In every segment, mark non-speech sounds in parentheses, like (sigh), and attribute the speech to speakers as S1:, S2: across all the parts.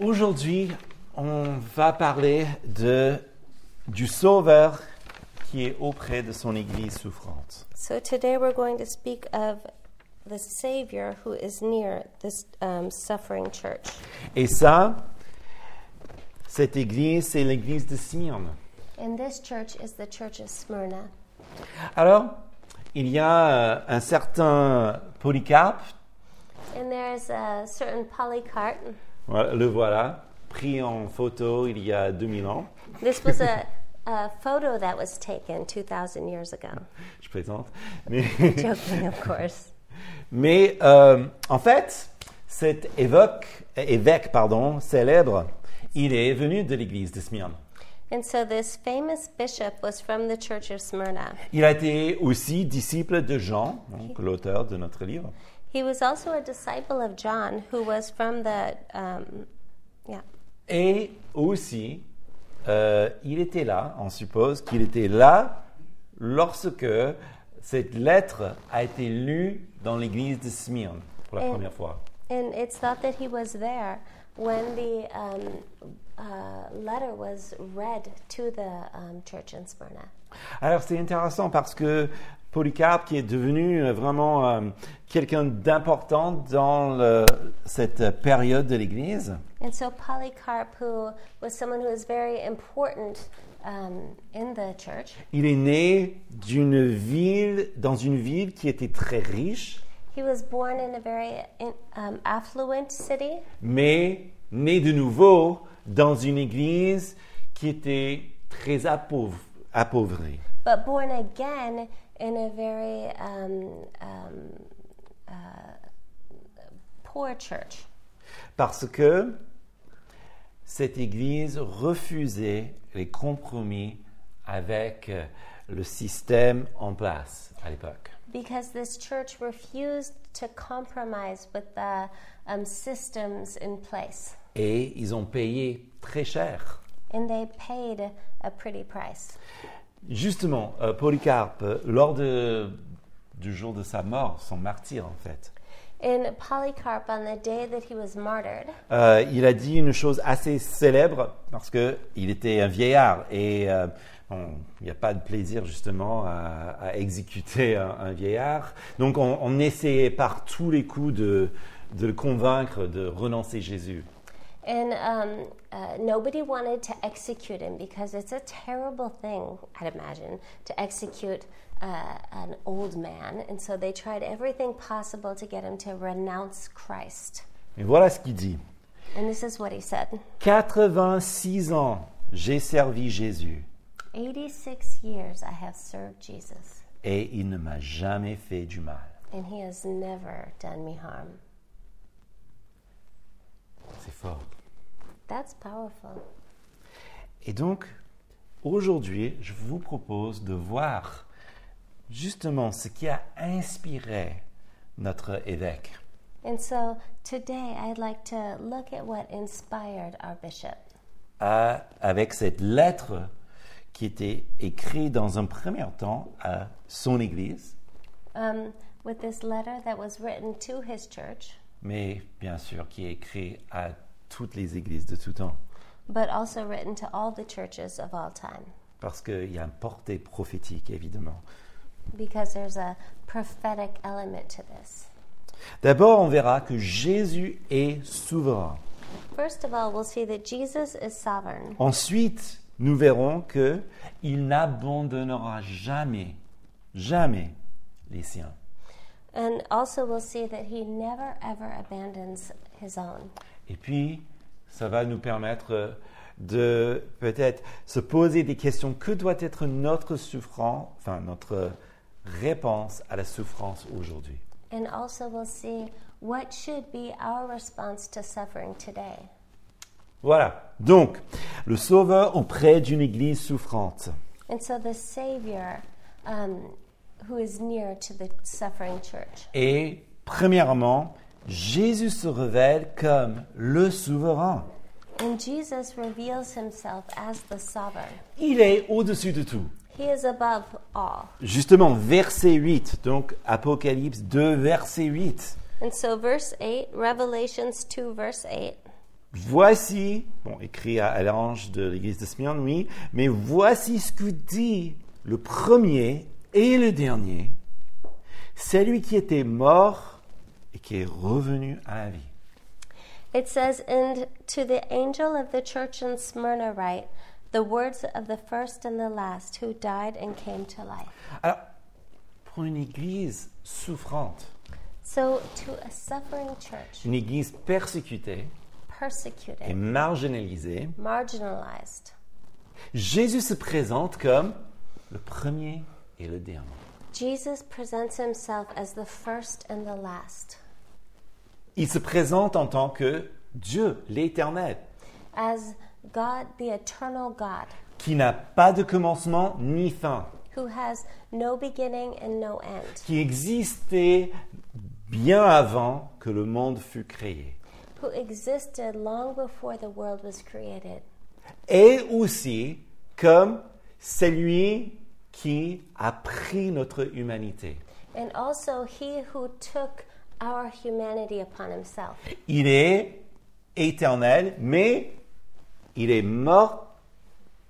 S1: Aujourd'hui, on va parler de, du Sauveur qui est auprès de son Église souffrante.
S2: So today we're going to speak of the Savior who is near this um, suffering church.
S1: Et ça, cette Église, c'est l'Église de Sion.
S2: And this church is the church of Smyrna.
S1: Alors, il y a euh, un certain Polycarpe,
S2: And there's a certain Polycarp.
S1: voilà, le voilà, pris en photo il y a 2000 ans,
S2: This was a, a photo that was taken 2,000 years ago.
S1: je présente, mais, (laughs)
S2: Joking, of course.
S1: mais euh, en fait, cet évoque, évêque pardon, célèbre, il est venu de l'Église de Smyrne.
S2: And so this famous bishop was from the church of Smyrna.
S1: Il a été aussi disciple de Jean, donc l'auteur de notre livre.
S2: He was also a disciple of John, who was from the, um, yeah.
S1: Et aussi, euh, il était là, on suppose qu'il était là lorsque cette lettre a été lue dans l'église de Smyrne pour la
S2: Et-
S1: première fois.
S2: And it's thought that he was there when the um, uh, letter was read to the um, church in Smyrna.
S1: Alors c'est intéressant parce que Polycarpe, qui est devenu euh, vraiment euh, quelqu'un d'important dans le- cette période de l'église,
S2: And so Polycarp, who was someone who was very important um, in the church,
S1: il est né d'une ville, dans une ville qui était très riche.
S2: he was born in a very in, um, affluent city,
S1: mais né de nouveau dans une église qui était très appauv- appauvrie.
S2: but born again in a very um, um, uh, poor church.
S1: Parce que cette église refusait les compromis avec euh, le système en place à l'époque.
S2: because this church refused to compromise with the um, systems in place,
S1: Et ils ont payé très cher.
S2: and they paid a pretty price.
S1: Justement, euh, Polycarpe, euh, lors de- du jour de sa mort, son martyr en fait,
S2: In Polycarp, on the day that he was martyred,
S1: Euh, il a dit une chose assez célèbre parce que il était un vieillard et euh, bon, il n'y a pas de plaisir justement à, à exécuter un, un vieillard. Donc on, on essayait par tous les coups de, de le convaincre de renoncer Jésus.
S2: and um, uh, nobody wanted to execute him because it's a terrible thing, I'd imagine, to execute uh, an old man. And so they tried everything possible to get him to renounce Christ.
S1: Et voilà ce qu'il dit.
S2: And this is what he said
S1: 86 ans, j'ai servi Jésus
S2: 86 years I have served Jesus.
S1: et il ne m'a jamais fait du mal.
S2: and he has never done me harm.
S1: C'est fort.
S2: That's powerful.
S1: Et donc, aujourd'hui, je vous propose de voir justement ce qui a inspiré notre évêque.
S2: And so today I'd like to look at what inspired our bishop
S1: à- avec cette lettre qui était écrite dans un premier temps à son Église,
S2: um, with this letter that was written to his church,
S1: mais bien sûr qui est écrite à toutes les Églises de tout temps,
S2: but also written to all the churches of all time,
S1: parce qu'il y a un porté prophétique, évidemment.
S2: because there's a prophetic element to this.
S1: D'abord, on verra que Jésus est souverain.
S2: First of all, we'll see that Jesus is sovereign,
S1: Ensuite, nous verrons que il n'abandonnera jamais, jamais les siens.
S2: and also we'll see that he never ever abandons his own.
S1: Et puis, ça va nous permettre euh, de peut-être se poser des questions. Que doit être notre souffrance, enfin notre réponse à la souffrance aujourd'hui
S2: And also we'll see what should be our response to suffering today.
S1: Voilà. Donc, le Sauveur auprès d'une Église souffrante.
S2: And so the Savior, um, who is near to the suffering church.
S1: Et premièrement, Jésus se révèle comme le souverain.
S2: And Jesus reveals himself as the sovereign.
S1: Il est au-dessus de tout.
S2: He is above all.
S1: Justement, verset 8, donc Apocalypse 2, verset 8.
S2: And so, verse 8, Revelations 2, verse 8,
S1: Voici, bon, écrit à, à l'ange de l'église de Smyrne, oui, mais voici ce que dit le premier et le dernier, celui qui était mort et qui est revenu à la vie.
S2: It says, And to the angel of the church in Smyrna write, the words of the first and the last who died and came to life.
S1: Alors, pour une église souffrante,
S2: So, to a suffering church,
S1: une église persécutée et
S2: persecuted,
S1: marginalisée,
S2: marginalized,
S1: Jésus se présente comme le premier et le dernier.
S2: Jesus presents himself as the first and the last,
S1: Il se présente en tant que Dieu, l'Éternel,
S2: as God, the eternal God,
S1: qui n'a pas de commencement ni fin,
S2: who has no beginning and no end,
S1: qui existait bien avant que le monde fût créé,
S2: who existed long before the world was created,
S1: et aussi comme celui qui a pris notre humanité.
S2: and also he who took our humanity upon himself.
S1: Il est éternel, mais il est mort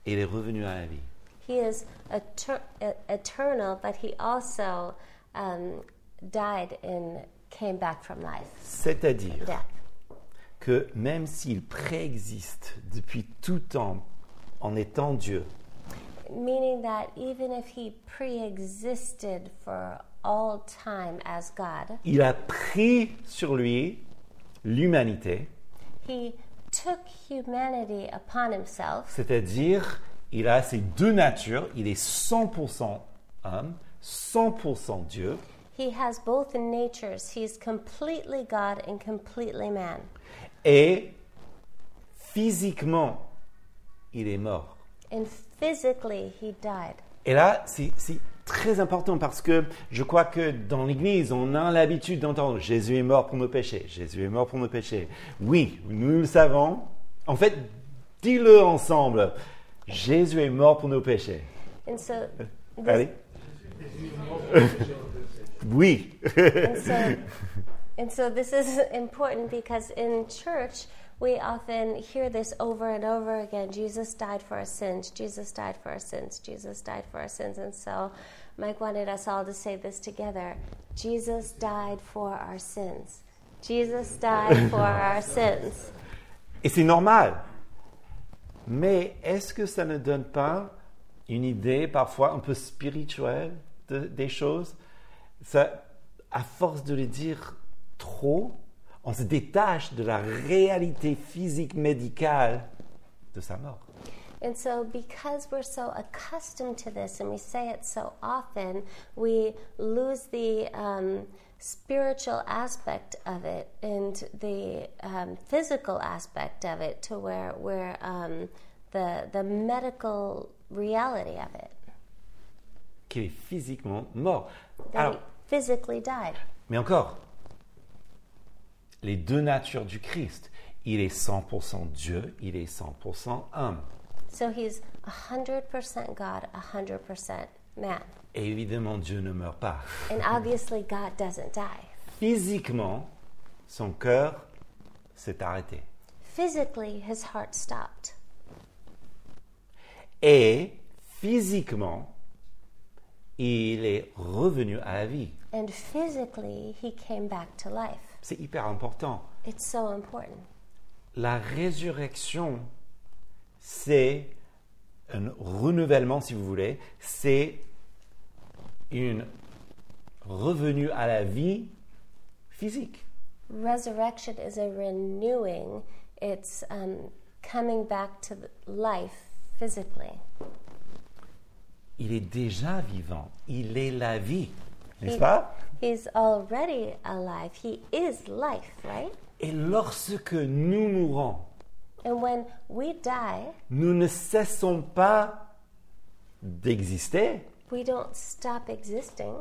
S1: et il est revenu à la vie.
S2: He is eter- e- eternal, but he also um, died and came back from life,
S1: C'est-à-dire
S2: death.
S1: que même s'il préexiste depuis tout temps en étant Dieu,
S2: Meaning that even if he pre existed for all time as God,
S1: il a pris sur lui l'humanité,
S2: he took humanity upon himself,
S1: c'est-à-dire il a ces deux natures, il est 100% homme, 100% Dieu,
S2: he has both natures. He's completely God and completely man.
S1: et physiquement, il est mort.
S2: And physically, he died.
S1: Et là, c'est c'est très important parce que je crois que dans l'Église, on a l'habitude d'entendre Jésus est mort pour nos péchés, Jésus est mort pour nos péchés. Oui, nous le savons. En fait, dis-le ensemble. Jésus est mort pour nos péchés.
S2: And so,
S1: Allez. (laughs) Oui.
S2: And so, and so this is important because in church we often hear this over and over again Jesus died for our sins, Jesus died for our sins, Jesus died for our sins. And so Mike wanted us all to say this together Jesus died for our sins. Jesus died for our sins.
S1: Et c'est normal. Mais est-ce que ça ne donne pas une idée parfois un peu spirituelle de- des choses ça, À force de le dire trop, on se détache de la réalité physique médicale de sa mort.
S2: And so, because we're so accustomed to this and we say it so often, we lose the um, spiritual aspect of it and the um, physical aspect of it to where we're um, the, the medical reality of it.
S1: Qu'il est physiquement mort.
S2: That
S1: Alors,
S2: he physically died.
S1: mais encore, les deux natures du Christ. Il est 100% Dieu, il est 100% homme.
S2: So, he's 100% God, 100% man.
S1: Et évidemment, Dieu ne meurt pas.
S2: And obviously, God doesn't die.
S1: physiquement, son cœur s'est arrêté.
S2: Physically, his heart stopped.
S1: Et physiquement, il est revenu à la vie.
S2: And physically, he came back to life.
S1: C'est hyper important.
S2: It's so important.
S1: La résurrection, c'est un renouvellement, si vous voulez. C'est une revenu à la vie physique.
S2: Resurrection is a renewing, it's um, coming back to th- life physically.
S1: Il est déjà vivant. Il est la vie. N'est-ce pas
S2: He's already alive. He is life, right?
S1: Et lorsque nous mourons,
S2: And when we die,
S1: nous ne cessons pas d'exister.
S2: we don't stop existing.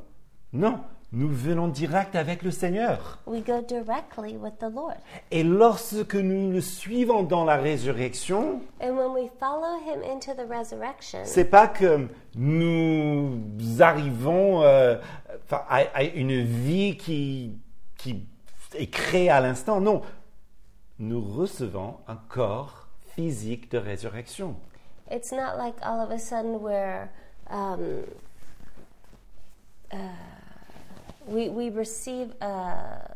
S1: Non, nous venons direct avec le Seigneur.
S2: We go directly with the Lord.
S1: Et lorsque nous le suivons dans la résurrection,
S2: And when we follow him into the resurrection,
S1: c'est pas que nous arrivons euh, enfin, à, à une vie qui, qui est créée à l'instant. Non, nous recevons un corps physique de résurrection.
S2: It's not like all of a sudden we're, um, uh, we, we receive a.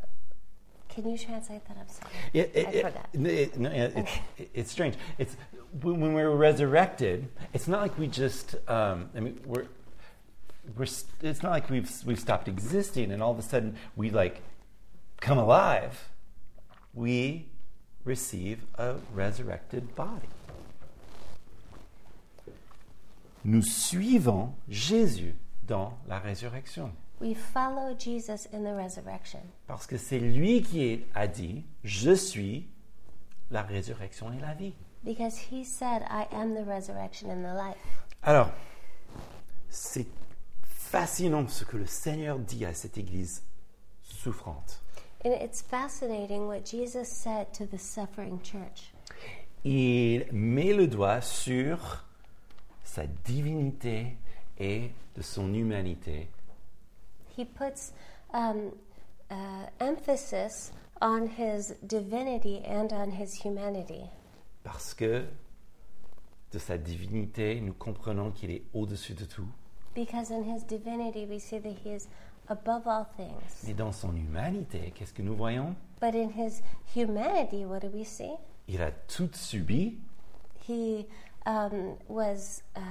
S2: Can you translate that? I'm sorry.
S1: It, it,
S2: I
S1: it-
S2: forgot.
S1: no, it- no, it- it's- it's strange. It's when when we're resurrected. It's not like we just. Um, I mean, we're. We're. s- It's not like we've we've stopped existing, and all of a sudden we like come alive. We receive a resurrected body. Nous suivons Jésus dans la résurrection.
S2: We follow Jesus in the resurrection
S1: Parce que c'est lui qui est- a dit, je suis la résurrection et la vie.
S2: because he said, I am the resurrection and the life.
S1: Alors, c'est fascinant ce que le Seigneur dit à cette Église souffrante.
S2: And it's fascinating what Jesus said to the suffering church.
S1: Il met le doigt sur sa divinité et de son humanité.
S2: He puts um, uh, emphasis on his divinity and on his humanity
S1: Parce que de sa divinité, nous comprenons qu'il est au-dessus de tout.
S2: because in his divinity we see that he is above all things.
S1: Et dans son humanité, qu'est-ce que nous voyons
S2: But in his humanity, what do we see?
S1: Il a tout subi
S2: He um, was, uh,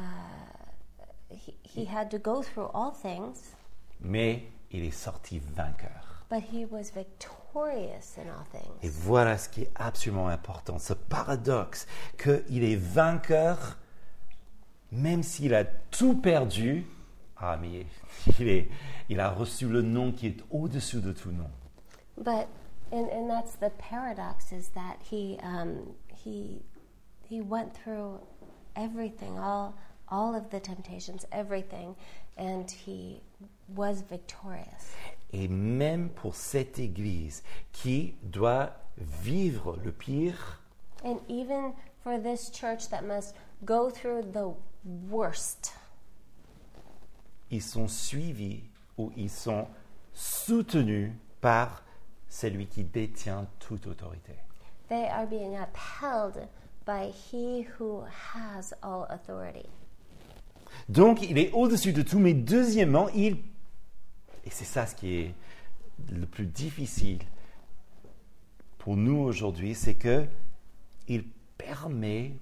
S2: he, he had to go through all things.
S1: mais il est sorti vainqueur.
S2: But he was victorious in all
S1: Et
S2: things.
S1: voilà ce qui est absolument important, ce paradoxe qu'il est vainqueur même s'il a tout perdu. Ah mais il, est, il a reçu le nom qui est au-dessus de tout nom.
S2: But and, and that's the paradox is that he um, he he went through everything, all all of the temptations, everything, and he was victorious.
S1: Et même pour cette Église qui doit vivre le pire,
S2: And even for this church that must go through the worst,
S1: ils sont suivis ou ils sont soutenus par celui qui détient toute autorité.
S2: they are being upheld by he who has all authority.
S1: Donc, il est au-dessus de tout, mais deuxièmement, il... Et c'est ça ce qui est le plus difficile pour nous aujourd'hui, c'est que il permet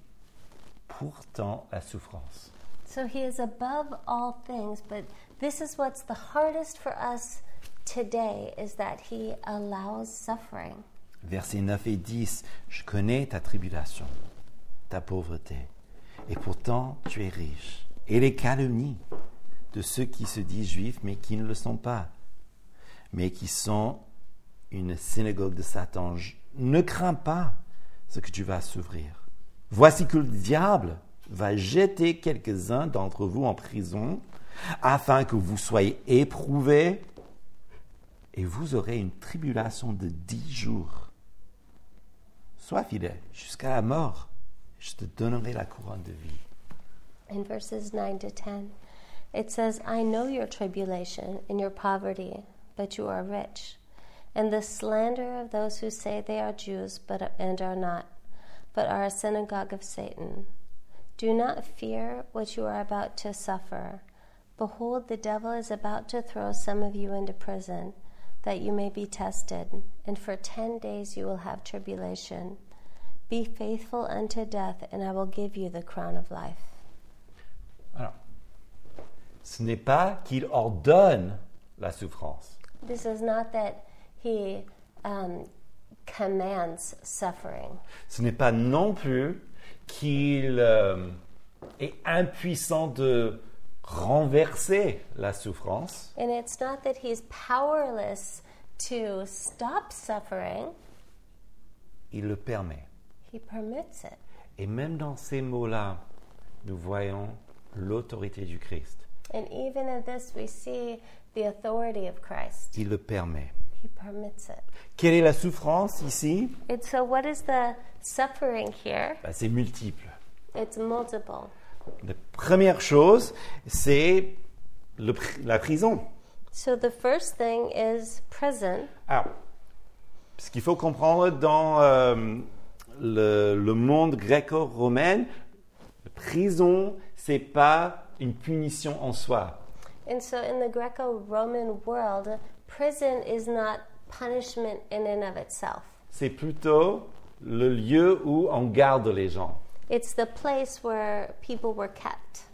S1: pourtant la souffrance.
S2: So he is above all things, but this is what's the hardest for us today is that he allows suffering.
S1: Versets 9 et 10, je connais ta tribulation, ta pauvreté, et pourtant tu es riche, et les calomnies de ceux qui se disent juifs mais qui ne le sont pas, mais qui sont une synagogue de Satan. Je- Ne crains pas ce que tu vas souffrir. Voici que le diable va jeter quelques-uns d'entre vous en prison afin que vous soyez éprouvés et vous aurez une tribulation de dix jours. Sois fidèle jusqu'à la mort, je te donnerai la couronne de vie.
S2: In verses 9 to 10, it says, I know your tribulation and your poverty, but you are rich, and the slander of those who say they are Jews but, and are not, but are a synagogue of Satan. Do not fear what you are about to suffer. Behold, the devil is about to throw some of you into prison, that you may be tested, and for ten days you will have tribulation. Be faithful unto death, and I will give you the crown of life.
S1: Alors, ce n'est pas qu'il ordonne la souffrance,
S2: This is not that he um, commands suffering.
S1: ce n'est pas non plus qu'il euh, est impuissant de renverser la souffrance,
S2: And it's not that he's powerless to stop suffering,
S1: il le permet.
S2: he permits it.
S1: Et même dans ces mots-là, nous voyons l'autorité du Christ.
S2: And even in this, we see the authority of Christ.
S1: Il le permet.
S2: He permits it.
S1: Quelle est la souffrance ici
S2: And so, what is the suffering here?
S1: Ben, C'est multiple.
S2: It's multiple.
S1: La première chose, c'est le pr- la prison.
S2: So, the first thing is prison.
S1: Alors, ce qu'il faut comprendre dans euh, le, le monde gréco-romain, prison, c'est pas une punition en soi.
S2: And so in the Greco Roman world, prison is not punishment in and of itself.
S1: C'est plutôt le lieu où on garde les gens
S2: It's the place where people were kept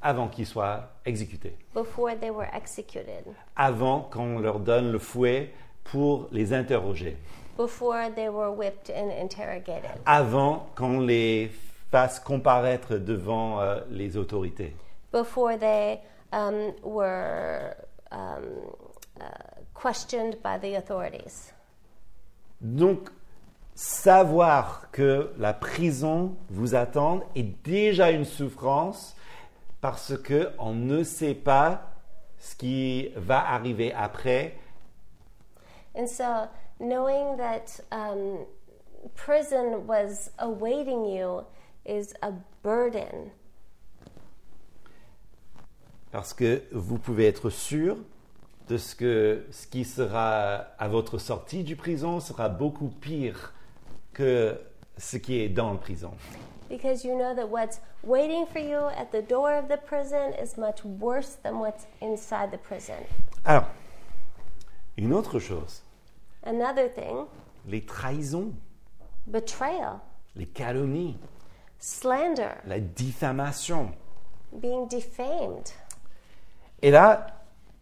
S1: avant qu'ils soient exécutés,
S2: before they were executed,
S1: avant qu'on leur donne le fouet pour les interroger,
S2: before they were whipped and interrogated,
S1: avant qu'on les fasse comparaître devant euh, les autorités.
S2: before they um, were um, uh, questioned by the authorities.
S1: Donc, savoir que la prison vous attend est déjà une souffrance parce que on ne sait pas ce qui va arriver après.
S2: And so knowing that um, prison was awaiting you is a burden
S1: Parce que vous pouvez être sûr de ce que ce qui sera à votre sortie du prison sera beaucoup pire que ce qui est dans le prison.
S2: because you know that what's waiting for you at the door of the prison is much worse than what's inside the prison.
S1: Alors, une autre chose,
S2: Another thing,
S1: les trahisons,
S2: betrayal,
S1: les calomnies,
S2: slander,
S1: la diffamation.
S2: being defamed.
S1: Et là,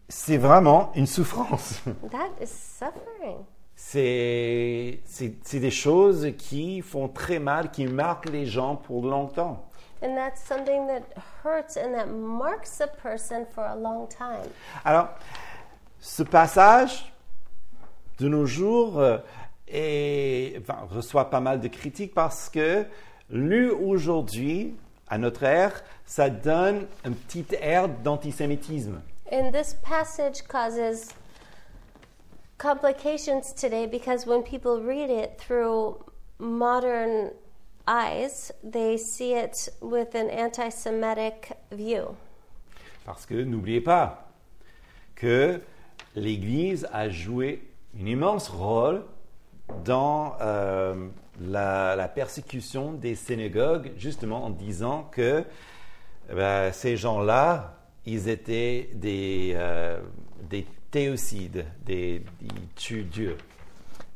S1: c'est vraiment une souffrance. (laughs)
S2: That is suffering.
S1: C'est c'est- c'est des choses qui font très mal, qui marquent les gens pour longtemps.
S2: And that's something that hurts and that marks a person for a long time.
S1: Alors, ce passage, de nos jours, euh, est- enfin, reçoit pas mal de critiques parce que, lu aujourd'hui, à notre ère, ça donne un petit air d'antisémitisme.
S2: And this passage causes complications today because when people read it through modern eyes, they see it with an anti Semitic view.
S1: Parce que n'oubliez pas que l'Église a joué un immense rôle dans euh, la, la persécution des synagogues, justement en disant que eh ben, ces gens-là, ils étaient des, euh, des théocides, des, ils tuent Dieu.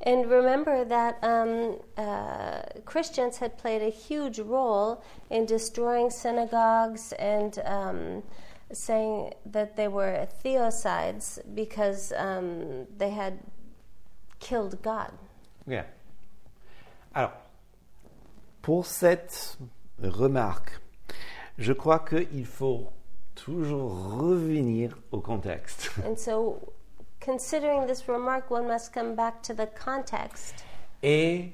S2: And remember that um, uh, Christians had played a huge role in destroying synagogues and um, saying that they were theocides because um, they had killed God.
S1: Bien. Alors, pour cette remarque, je crois qu'il faut toujours revenir au contexte.
S2: And so, considering this remark, one must come back to the context.
S1: Et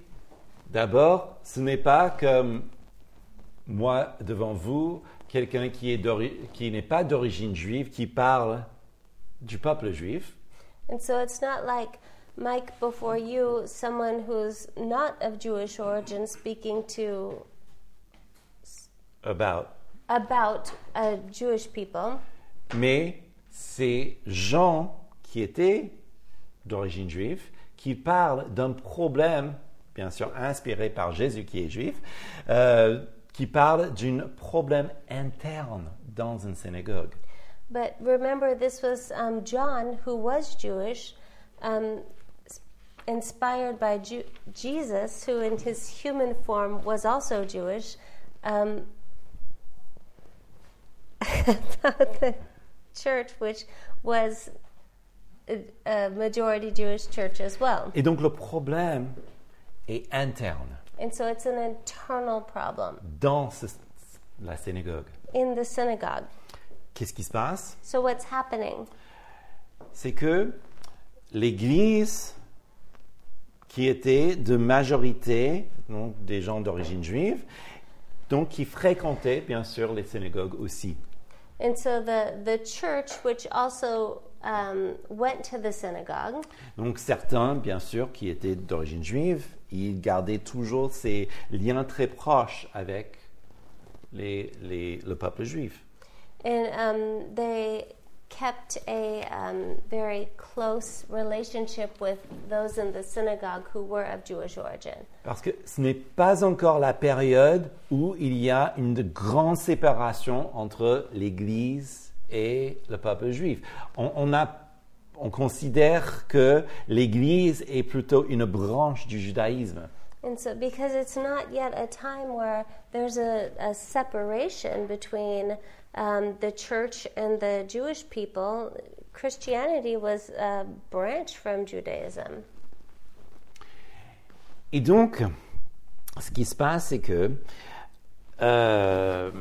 S1: d'abord, ce n'est pas comme moi devant vous, quelqu'un qui est d'ori- qui n'est pas d'origine juive, qui parle du peuple juif.
S2: And so, it's not like Mike before you, someone who's not of Jewish origin, speaking to
S1: About.
S2: about uh, Jewish people.
S1: Mais c'est gens qui étaient d'origine juive, qui parlent d'un problème, bien sûr inspiré par Jésus qui est juif, euh, qui parle d'un problème interne dans une synagogue.
S2: But remember, this was um, John, who was Jewish, um, s- inspired by Ju- Jesus, who in his human form was also Jewish. Um, (laughs) about the church, which was a, a majority Jewish church as well.
S1: Et donc le problème est interne.
S2: And so it's an internal problem
S1: dans ce- la synagogue.
S2: in the synagogue.
S1: Qu'est-ce qui se passe
S2: So, what's happening?
S1: C'est que l'Église, qui était de majorité donc des gens d'origine juive, donc qui fréquentaient bien sûr les synagogues aussi.
S2: And so the, the church, which also um, went to the synagogue,
S1: Donc certains, bien sûr, qui étaient d'origine juive, ils gardaient toujours ces liens très proches avec les- les- le peuple juif.
S2: and um, they kept a um, very close relationship with those in the synagogue who were of Jewish origin.
S1: Parce que ce n'est pas encore la période où il y a une grande séparation entre l'Église et le peuple juif. On, on a- on considère que l'Église est plutôt une branche du judaïsme.
S2: And so, because it's not yet a time where there's a, a separation between um, the church and the Jewish people, Christianity was a branch from Judaism.
S1: Et donc, ce qui se passe, c'est que euh,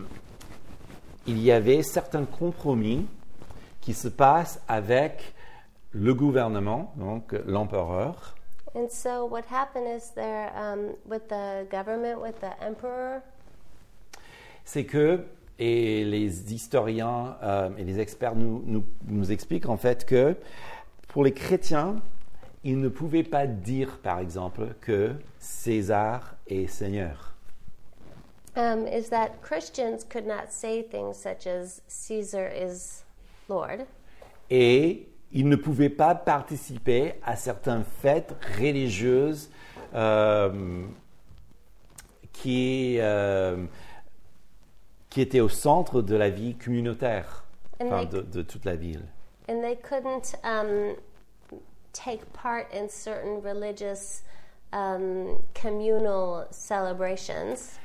S1: il y avait certains compromis qui se passent avec le gouvernement, donc euh, l'empereur,
S2: And so, what happened is there, um, with the government, with the emperor,
S1: c'est que, et les historiens euh, et les experts nous, nous- nous expliquent en fait que pour les chrétiens, ils ne pouvaient pas dire, par exemple, que César est Seigneur.
S2: um, is that Christians could not say things such as Caesar is Lord.
S1: et ils ne pouvaient pas participer à certaines fêtes religieuses euh, qui, euh, qui étaient au centre de la vie communautaire,
S2: And
S1: enfin,
S2: like-
S1: de, de toute la ville.
S2: and they couldn't um, take part in certain religious um, communal celebrations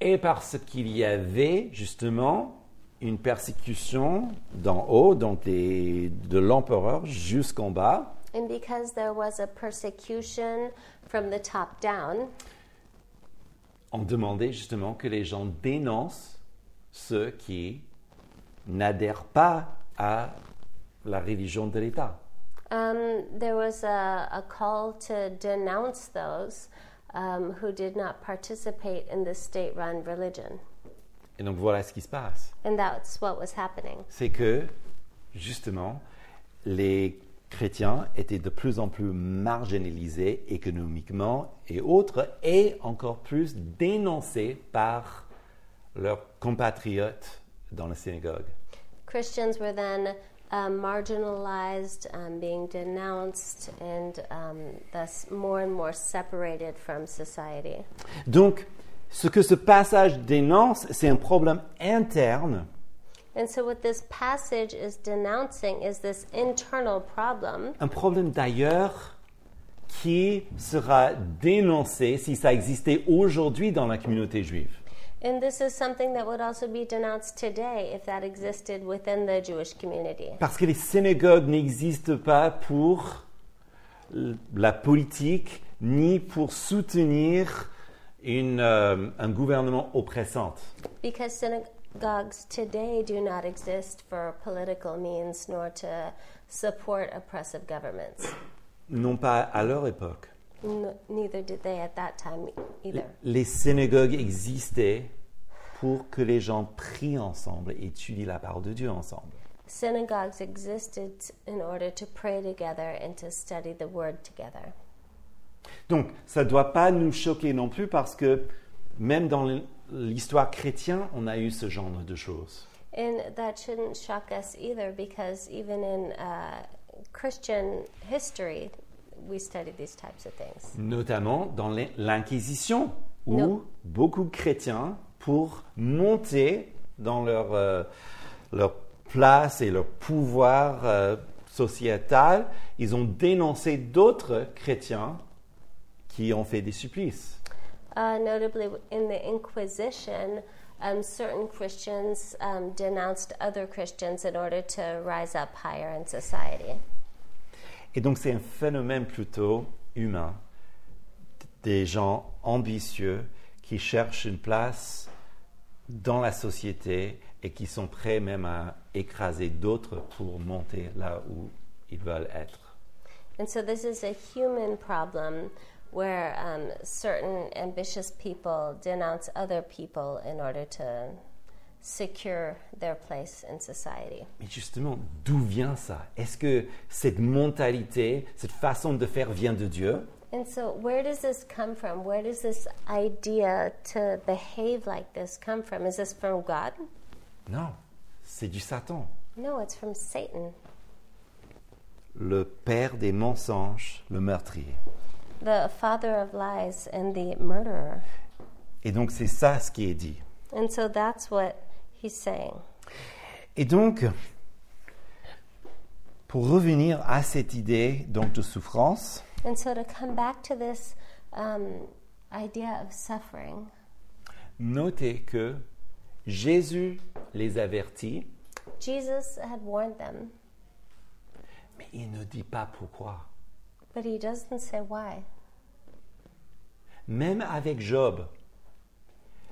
S1: Et parce qu'il y avait justement une persécution d'en haut, donc des- de l'empereur jusqu'en bas,
S2: and because there was a persecution from the top down
S1: on demandait justement que les gens dénoncent ceux qui n'adhèrent pas à la religion de l'État.
S2: um, there was a, a call to denounce those um, who did not participate in the state-run religion
S1: Et donc voilà ce qui se passe.
S2: and that's what was happening
S1: C'est que, justement, les chrétiens étaient de plus en plus marginalisés économiquement et autres, et encore plus dénoncés par leurs compatriotes dans la synagogue.
S2: Christians were then um, marginalized, um, being denounced, and um, thus more and more separated from society.
S1: Donc, ce que ce passage dénonce, c'est un problème interne
S2: And so, what this passage is denouncing is this internal problem,
S1: un problème d'ailleurs qui sera dénoncé si ça existait aujourd'hui dans la communauté juive.
S2: and this is something that would also be denounced today if that existed within the Jewish community.
S1: Parce que les synagogues n'existent pas pour l- la politique ni pour soutenir une, euh, un gouvernement oppressant.
S2: Because synagogues today do not exist for political means nor to support oppressive governments.
S1: Non pas à leur époque.
S2: N- neither did they at that time either.
S1: Les synagogues existaient pour que les gens prient ensemble et étudient la parole de Dieu ensemble.
S2: Synagogues existed in order to pray together and to study the word together.
S1: Donc, ça ne doit pas nous choquer non plus parce que même dans l'histoire chrétienne, on a eu ce genre de choses.
S2: And that shouldn't shock us either because even in uh, Christian history, we study these types of things.
S1: Notamment dans l'in- l'Inquisition, où
S2: Non.
S1: beaucoup de chrétiens, pour monter dans leur, euh, leur place et leur pouvoir euh, sociétal, ils ont dénoncé d'autres chrétiens qui ont fait des supplices.
S2: Uh, notably, in the Inquisition, um, certain Christians um, denounced other Christians in order to rise up higher in society.
S1: Et donc c'est un phénomène plutôt humain, des gens ambitieux qui cherchent une place dans la société et qui sont prêts même à écraser d'autres pour monter là où ils veulent être.
S2: And so this is a human problem where um, certain ambitious people denounce other people in order to secure their place in society.
S1: Mais justement, d'où vient ça Est-ce que cette mentalité, cette façon de faire vient de Dieu
S2: And so where does this come from? Where does this idea to behave like this come from? Is this from God?
S1: Non, c'est du Satan.
S2: No, it's from Satan,
S1: le père des mensonges, le meurtrier.
S2: the father of lies and the murderer.
S1: Et donc c'est ça ce qui est dit.
S2: And so that's what he's saying.
S1: Et donc, pour revenir à cette idée donc de souffrance,
S2: And so to come back to this um, idea of suffering,
S1: notez que Jésus les avertit,
S2: Jesus had warned them,
S1: mais il ne dit pas pourquoi.
S2: but he doesn't say why.
S1: Même avec Job,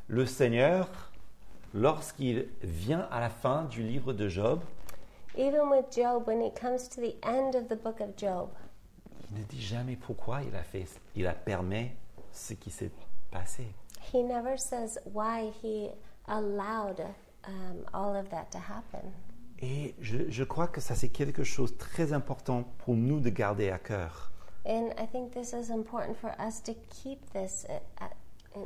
S1: le Seigneur, lorsqu'il vient à la fin du livre de Job,
S2: Even with Job, when it comes to the end of the book of Job,
S1: il ne dit jamais pourquoi il a fait, il a permis ce qui s'est passé.
S2: he never says why he allowed um, all of that to happen.
S1: Et je, je crois que ça c'est quelque chose de très important pour nous de garder à cœur.
S2: And I think this is important for us to keep this i- at- in,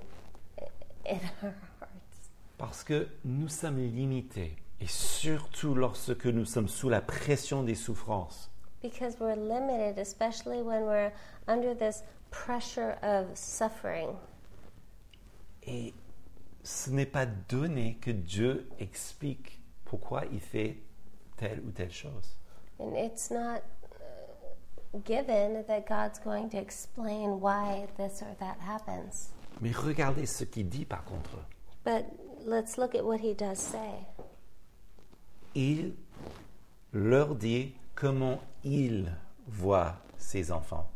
S2: in our hearts
S1: Parce que nous sommes limités, et surtout lorsque nous sommes sous la pression des souffrances.
S2: because we're limited, especially when we're under this pressure of suffering.
S1: Et ce n'est pas donné que Dieu explique pourquoi il fait telle ou telle chose.
S2: And it's not uh, given that God's going to explain why this or that happens.
S1: Mais regardez ce qu'il dit par contre.
S2: But let's look at what he does say.
S1: Il leur dit comment il voit ses enfants.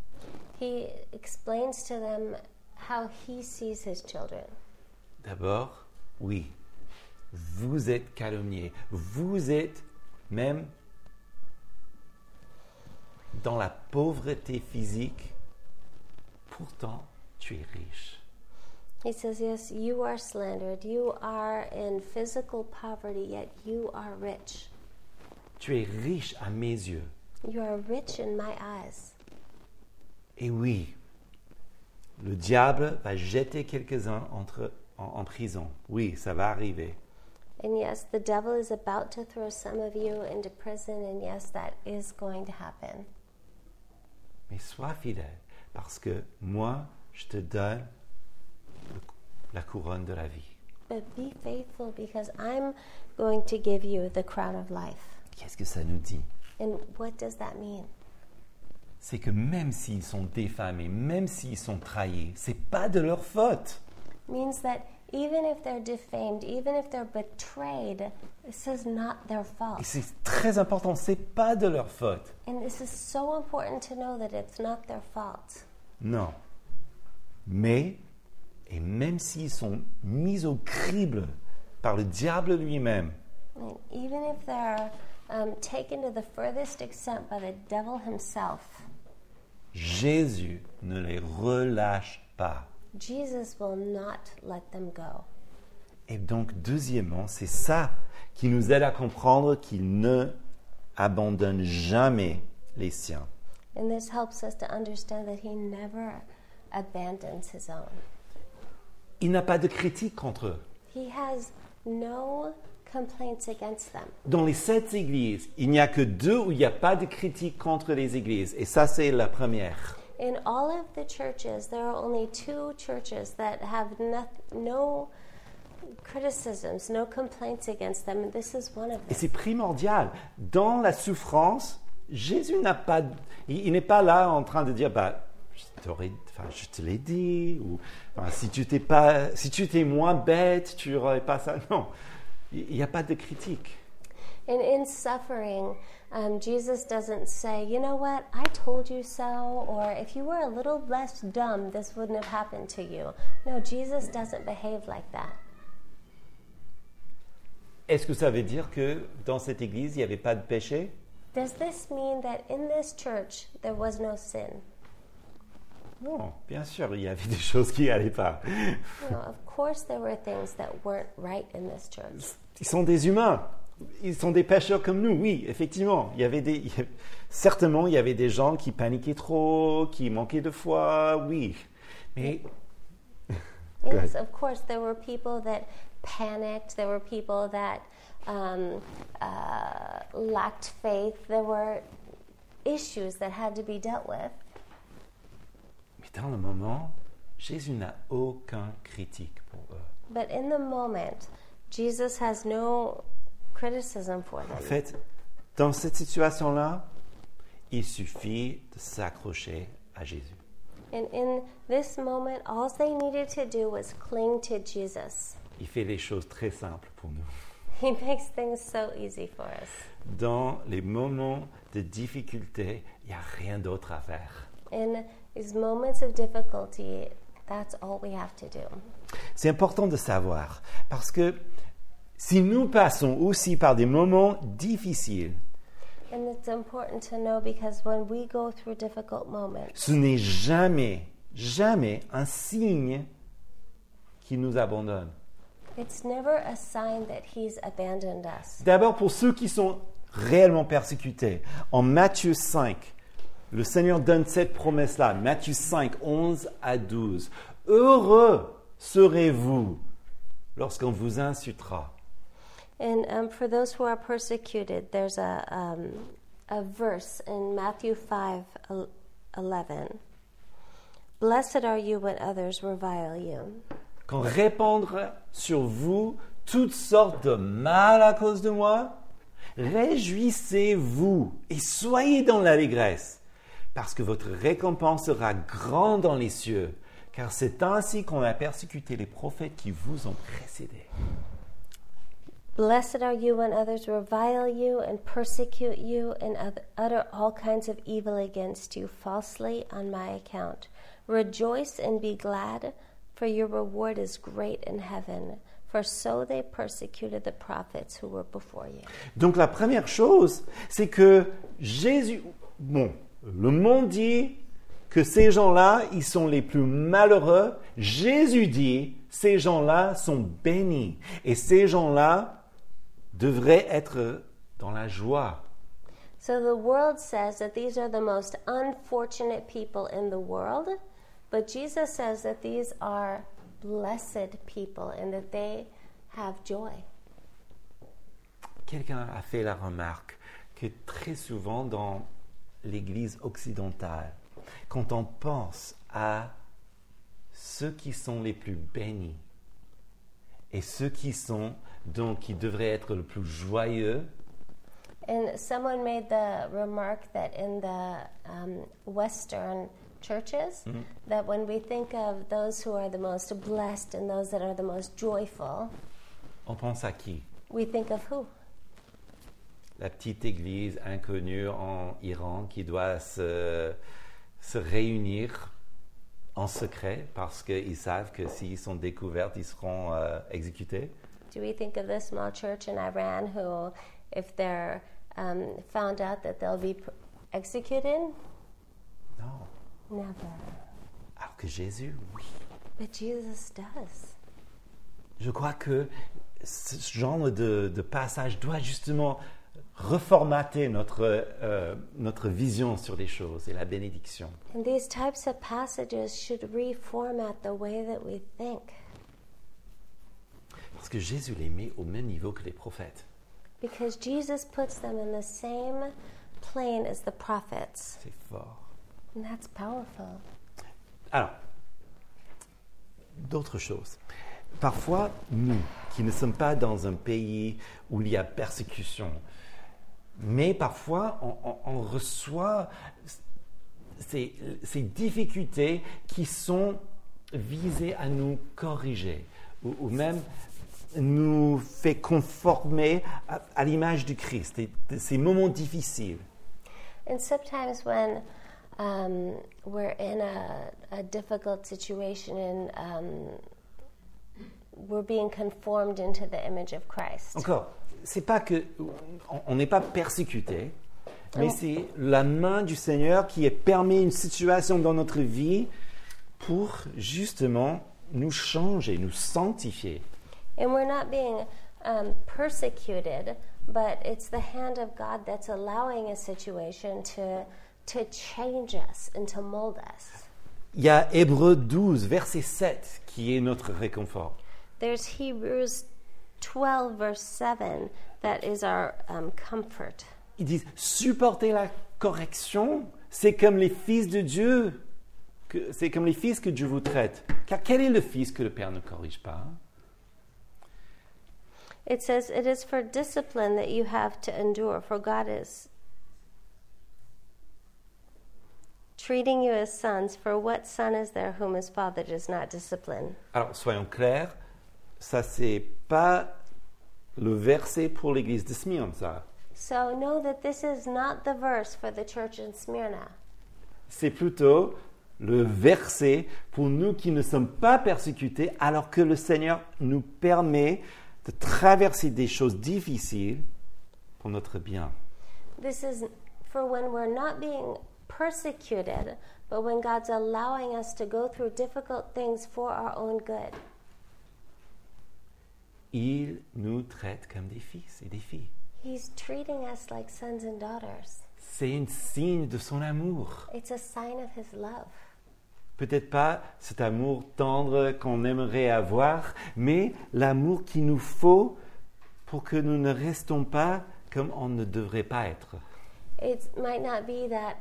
S2: He explains to them how he sees his children.
S1: D'abord, oui, vous êtes calomniés, vous êtes même dans la pauvreté physique, pourtant tu es riche.
S2: He says, Yes, you are slandered. You are in physical poverty, yet you are rich.
S1: Tu es riche à mes yeux.
S2: You are rich in my eyes.
S1: Et oui, le diable va jeter quelques-uns entre- en, en prison. Oui, ça va arriver.
S2: And yes, the devil is about to throw some of you into prison, and yes, that is going to happen.
S1: Mais sois fidèle, parce que moi, je te donne le- la couronne de la vie.
S2: But be faithful because I'm going to give you the crown of life.
S1: Qu'est-ce que ça nous dit
S2: And what does that mean?
S1: c'est que même s'ils sont défamés, même s'ils sont trahis, c'est pas de leur faute.
S2: It means that even if they're defamed, even if they're betrayed, this is not their
S1: Et
S2: fault.
S1: c'est très important, c'est pas de leur faute.
S2: And this is so important to know that it's not their fault.
S1: Non. Mais, et même s'ils sont mis au crible par le diable lui-même,
S2: And even if they're um, taken to the furthest extent by the devil himself,
S1: Jésus ne les relâche pas.
S2: Jesus will not let them go.
S1: Et donc, deuxièmement, c'est ça qui nous aide à comprendre qu'il ne abandonne jamais les siens.
S2: And this helps us to understand that he never abandons his own.
S1: Il n'a pas de critique contre eux.
S2: He has no complaints against them.
S1: Dans les sept églises, il n'y a que deux où il n'y a pas de critique contre les églises. Et ça, c'est la première.
S2: In all of the churches, there are only two churches that have no, no criticisms, no complaints against them, and this is one of
S1: Et
S2: them.
S1: c'est primordial. Dans la souffrance, Jésus n'a pas, il, il n'est pas là en train de dire, bah, je, t'aurais- enfin, je te l'ai dit, ou enfin, si tu t'es pas, si tu étais moins bête, tu n'aurais pas ça. Non, il il n'y a pas de critique.
S2: And in suffering, um, Jesus doesn't say, you know what, I told you so, or if you were a little less dumb, this wouldn't have happened to you. No, Jesus doesn't behave like that.
S1: Est-ce que ça veut dire que dans cette église, il n'y avait pas de péché
S2: Does this mean that in this church there was no sin?
S1: Non, bien sûr, il y avait des choses qui n'allaient pas.
S2: No, of course there were things that weren't right in this church.
S1: Ils sont des humains. Ils sont des pêcheurs comme nous, oui, effectivement. Il y avait des, il y avait- certainement, il y avait des gens qui paniquaient trop, qui manquaient de foi, oui. Mais
S2: Yes,
S1: Good.
S2: of course, there were people that panicked. There were people that um, uh, lacked faith. There were issues that had to be dealt with.
S1: Mais dans le moment, Jésus n'a aucun critique pour eux.
S2: But in the moment, Jesus has no criticism for
S1: En
S2: them.
S1: fait, dans cette situation-là, il suffit de s'accrocher à Jésus.
S2: And in this moment, all they needed to do was cling to Jesus. (laughs)
S1: Il fait les choses très simples pour nous.
S2: He makes things so easy for us.
S1: Dans les moments de difficulté, il n'y a rien d'autre à faire.
S2: In these moments of difficulty, that's all we have to do.
S1: C'est important de savoir parce que si nous passons aussi par des moments difficiles,
S2: And it's important to know because when we go through difficult moments,
S1: ce n'est jamais, jamais un signe qui nous abandonne.
S2: it's never a sign that He's abandoned us.
S1: D'abord, pour ceux qui sont réellement persécutés, en Matthieu 5, le Seigneur donne cette promesse-là, Matthieu 5, 11 à 12. Heureux serez-vous lorsqu'on vous insultera.
S2: And um, for those who are persecuted, there's a, um, a verse in Matthew 5 el- 11. Blessed are you when others revile you.
S1: Quand répandre sur vous toutes sortes de mal à cause de moi, réjouissez-vous et soyez dans l'allégresse, parce que votre récompense sera grande dans les cieux, car c'est ainsi qu'on a persécuté les prophètes qui vous ont précédés.
S2: Blessed are you when others revile you and persecute you and oth- utter all kinds of evil against you falsely on my account. Rejoice and be glad, for your reward is great in heaven. For so they persecuted the prophets who were before you.
S1: Donc la première chose, c'est que Jésus, bon, le monde dit que ces gens-là, ils sont les plus malheureux. Jésus dit, ces gens-là sont bénis. Et ces gens-là devraient être dans la joie.
S2: So the world says that these are the most unfortunate people in the world, but Jesus says that these are blessed people and that they have joy.
S1: Quelqu'un a fait la remarque que très souvent dans l'Église occidentale, quand on pense à ceux qui sont les plus bénis et ceux qui sont donc qui devraient être le plus joyeux,
S2: And someone made the remark that in the um, Western churches, that when we think of those who are the most blessed and those that are the most joyful,
S1: on pense à qui
S2: we think of who?
S1: La petite Église inconnue en Iran qui doit se, se réunir en secret parce qu'ils savent que s'ils sont découverts, ils seront euh, exécutés.
S2: Do we think of the small church in Iran who, if they're um, found out that they'll be pr- executed?
S1: Non.
S2: Never.
S1: Alors Ah, que Jésus, oui.
S2: But Jesus does.
S1: Je crois que ce genre de, de passage doit justement reformater notre, euh, notre vision sur les choses et la bénédiction.
S2: And these types of passages should reformat the way that we think.
S1: Parce que Jésus les met au même niveau que les prophètes.
S2: Because Jesus puts them in the same plane as the prophets.
S1: C'est fort.
S2: And that's powerful.
S1: Alors, d'autres choses. Parfois, nous, qui ne sommes pas dans un pays où il y a persécution, mais parfois, on, on- on reçoit ces, ces difficultés qui sont visées à nous corriger, ou, ou même nous fait conformer à, à l'image du Christ, et de ces moments difficiles.
S2: And sometimes when um, we're in a, a difficult situation and um, we're being conformed into the image of Christ.
S1: Encore, c'est pas que on- on n'est pas persécuté, mais c'est la main du Seigneur qui a permis une situation dans notre vie pour justement nous changer, nous sanctifier.
S2: And we're not being um, persecuted, but it's the hand of God that's allowing a situation to, to change us and to mold us.
S1: Il y a Hébreux 12, verset 7, qui est notre réconfort.
S2: There's Hebrews 12, verse 7, that is our um, comfort.
S1: Ils disent supporter la correction, c'est comme les fils de Dieu, que- c'est comme les fils que Dieu vous traite. Car quel est le fils que le Père ne corrige pas hein?
S2: It says, It is for discipline that you have to endure, for God is treating you as sons. For what son is there whom his father does not discipline?
S1: Alors soyons clairs, ça c'est pas le verset pour l'église de Smyrne, ça.
S2: So know that this is not the verse for the church in Smyrna.
S1: C'est plutôt le verset pour nous qui ne sommes pas persécutés alors que le Seigneur nous permet de traverser des choses difficiles pour notre bien.
S2: This is for when we're not being persecuted, but when God's allowing us to go through difficult things for our own good.
S1: Il nous traite comme des fils et des filles.
S2: He's treating us like sons and daughters.
S1: C'est un signe de son amour.
S2: It's a sign of his love.
S1: Peut-être pas cet amour tendre qu'on aimerait avoir, mais l'amour qu'il nous faut pour que nous ne restons pas comme on ne devrait pas être.
S2: It might not be that,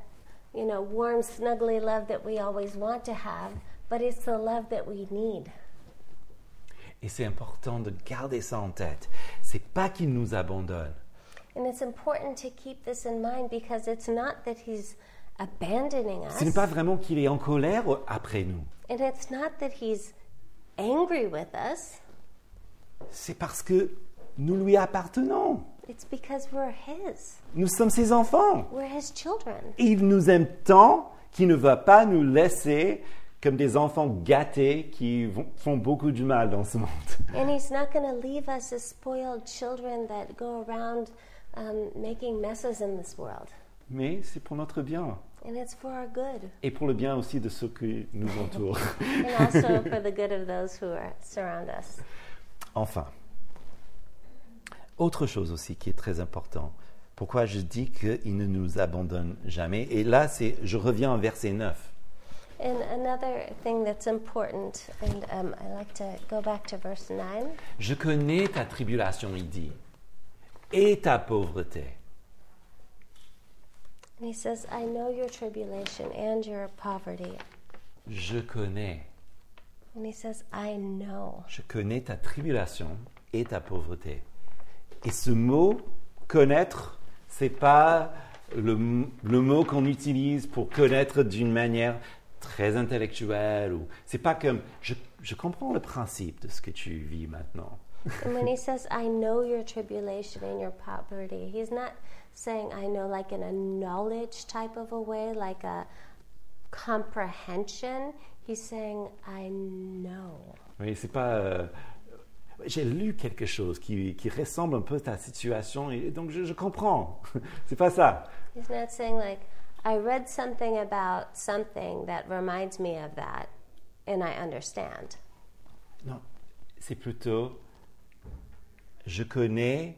S2: you know, warm, snuggly love that we always want to have, but it's the love that we need.
S1: Et c'est important de garder ça en tête. C'est pas qu'il nous abandonne,
S2: And it's important to keep this in mind because it's not that he's abandoning us.
S1: ce n'est pas vraiment qu'il est en colère après nous.
S2: And it's not that he's angry with us,
S1: C'est parce que nous lui appartenons.
S2: it's because we're his.
S1: Nous sommes ses enfants.
S2: We're his children.
S1: Il nous aime tant qu'il ne va pas nous laisser comme des enfants gâtés qui vont- font beaucoup du mal dans ce monde.
S2: And he's not going to leave us as spoiled children that go around um, making messes in this world.
S1: Mais c'est pour notre bien
S2: And it's for our good,
S1: et pour le bien aussi de ceux qui nous entourent.
S2: and also (laughs) for the good of those who are, surround us.
S1: (laughs) Enfin, autre chose aussi qui est très important, pourquoi je dis qu'il ne nous abandonne jamais, et là c'est, je reviens au verset 9.
S2: And another thing that's important, and um, I like to go back to verse 9.
S1: Je connais ta tribulation, il dit, et ta pauvreté.
S2: And he says, I know your tribulation and your poverty.
S1: Je connais.
S2: And he says, I know.
S1: Je connais ta tribulation et ta pauvreté. Et ce mot connaître, c'est pas le, m- le mot qu'on utilise pour connaître d'une manière très intellectuelle ou c'est pas comme je, je comprends le principe de ce que tu vis maintenant.
S2: And when he says, I know your tribulation and your poverty, he's not saying, I know, like in a knowledge type of a way, like a comprehension. He's saying, I know.
S1: Oui, c'est pas euh, j'ai lu quelque chose qui, qui ressemble un peu à ta situation et donc je, je comprends. (laughs) c'est pas ça.
S2: He's not saying, like, I read something about something that reminds me of that, and I understand.
S1: Non, c'est plutôt je connais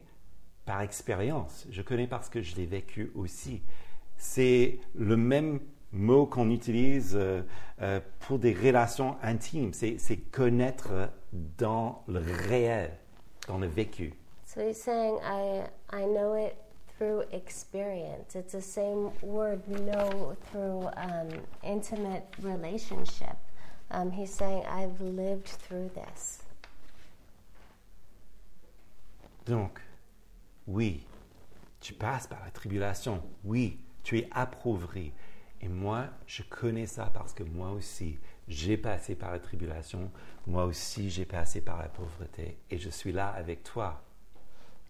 S1: par expérience, je connais parce que je l'ai vécu aussi. C'est le même mot qu'on utilise euh, euh, pour des relations intimes, c'est c'est connaître dans le réel, dans le vécu.
S2: So he's saying, I, I know it through experience. It's the same word, know, through um, intimate relationship. Um, he's saying, I've lived through this.
S1: Donc, oui, tu passes par la tribulation, oui, tu es appauvri. Et moi, je connais ça parce que moi aussi, j'ai passé par la tribulation, moi aussi, j'ai passé par la pauvreté, et je suis là avec toi.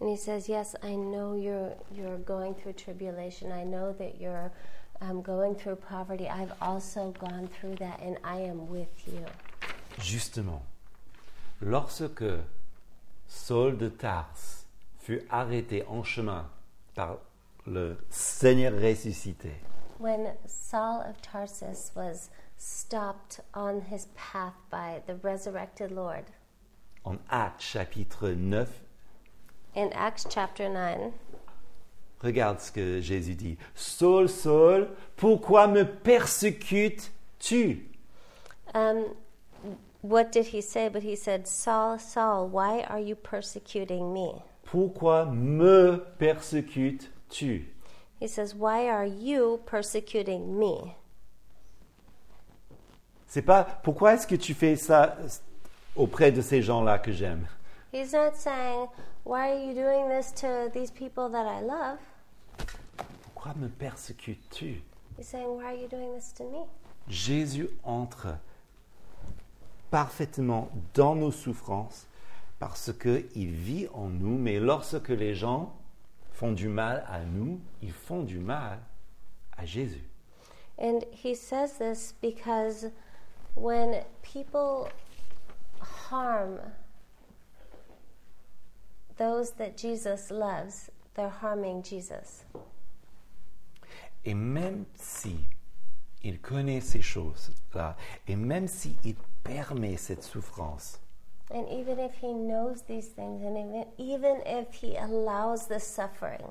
S2: And he says, Yes, I know you're, you're going through tribulation. I know that you're um, going through poverty. I've also gone through that, and I am with you.
S1: Justement, lorsque Saul de Tarse fut arrêté en chemin par le Seigneur ressuscité,
S2: When Saul of Tarsus was stopped on his path by the resurrected Lord,
S1: en Actes chapitre 9,
S2: in Acts chapter 9,
S1: Regarde ce que Jésus dit. Saul, Saul, pourquoi me persécutes-tu
S2: Um, what did he say? But he said, Saul, Saul, why are you persecuting me?
S1: Pourquoi me persécutes-tu
S2: He says, Why are you persecuting me?
S1: C'est pas pourquoi est-ce que tu fais ça auprès de ces gens-là que j'aime.
S2: He's not saying, Why are you doing this to these people that I love?
S1: Pourquoi me persécutes-tu
S2: He's saying, Why are you doing this to me?
S1: Jésus entre parfaitement dans nos souffrances parce qu'il vit en nous, mais lorsque les gens font du mal à nous, ils font du mal à Jésus.
S2: And he says this because when people harm those that Jesus loves, they're harming Jesus.
S1: Et même si il connaît ces choses-là, et même s'il permet cette souffrance,
S2: And even if he knows these things, and even, even if he allows the suffering,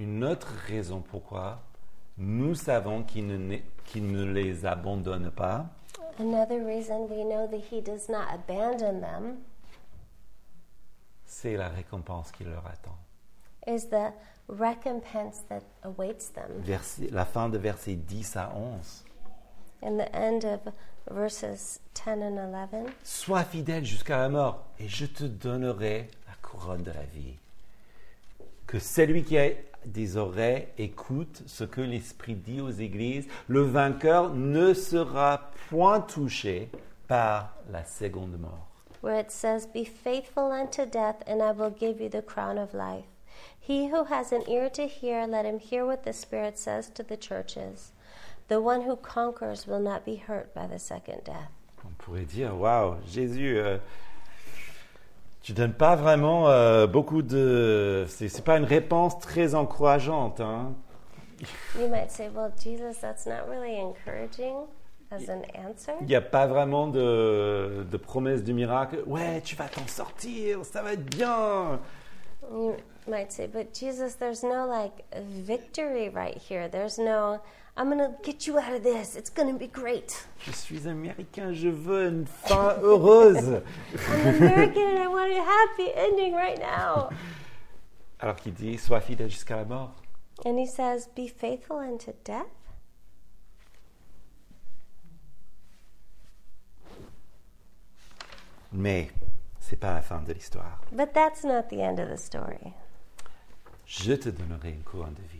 S1: une autre raison pourquoi nous savons qu'il ne, qu'il ne les abandonne pas,
S2: another reason we know that he does not abandon them
S1: c'est la récompense qui leur attend.
S2: is the recompense that awaits them.
S1: Verset- la fin de verset 10 à 11.
S2: In the end of verses 10 and 11,
S1: Sois fidèle jusqu'à la mort, et je te donnerai la couronne de la vie. Que celui qui a des oreilles écoute ce que l'Esprit dit aux églises. Le vainqueur ne sera point touché par la seconde mort.
S2: where it says, Be faithful unto death, and I will give you the crown of life. He who has an ear to hear, let him hear what the Spirit says to the churches. The one who conquers will not be hurt by the second death.
S1: On pourrait dire, waouh, Jésus, euh, tu donnes pas vraiment euh, beaucoup de... C'est c'est pas une réponse très encourageante. hein.
S2: You might say, Well, Jesus, that's not really encouraging as an answer.
S1: Il n'y a pas vraiment de, de promesse du miracle. Ouais, tu vas t'en sortir, ça va être bien.
S2: You might say, But Jesus, there's no like victory right here. There's no, I'm going to get you out of this. It's going to be great.
S1: Je suis américain, je veux une fin heureuse.
S2: I'm American and I want a happy ending right now.
S1: Alors qu'il dit, sois fidèle jusqu'à la mort.
S2: And he says, Be faithful unto death.
S1: Mais c'est pas la fin de l'histoire.
S2: But that's not the end of the story.
S1: Je te donnerai une couronne de vie.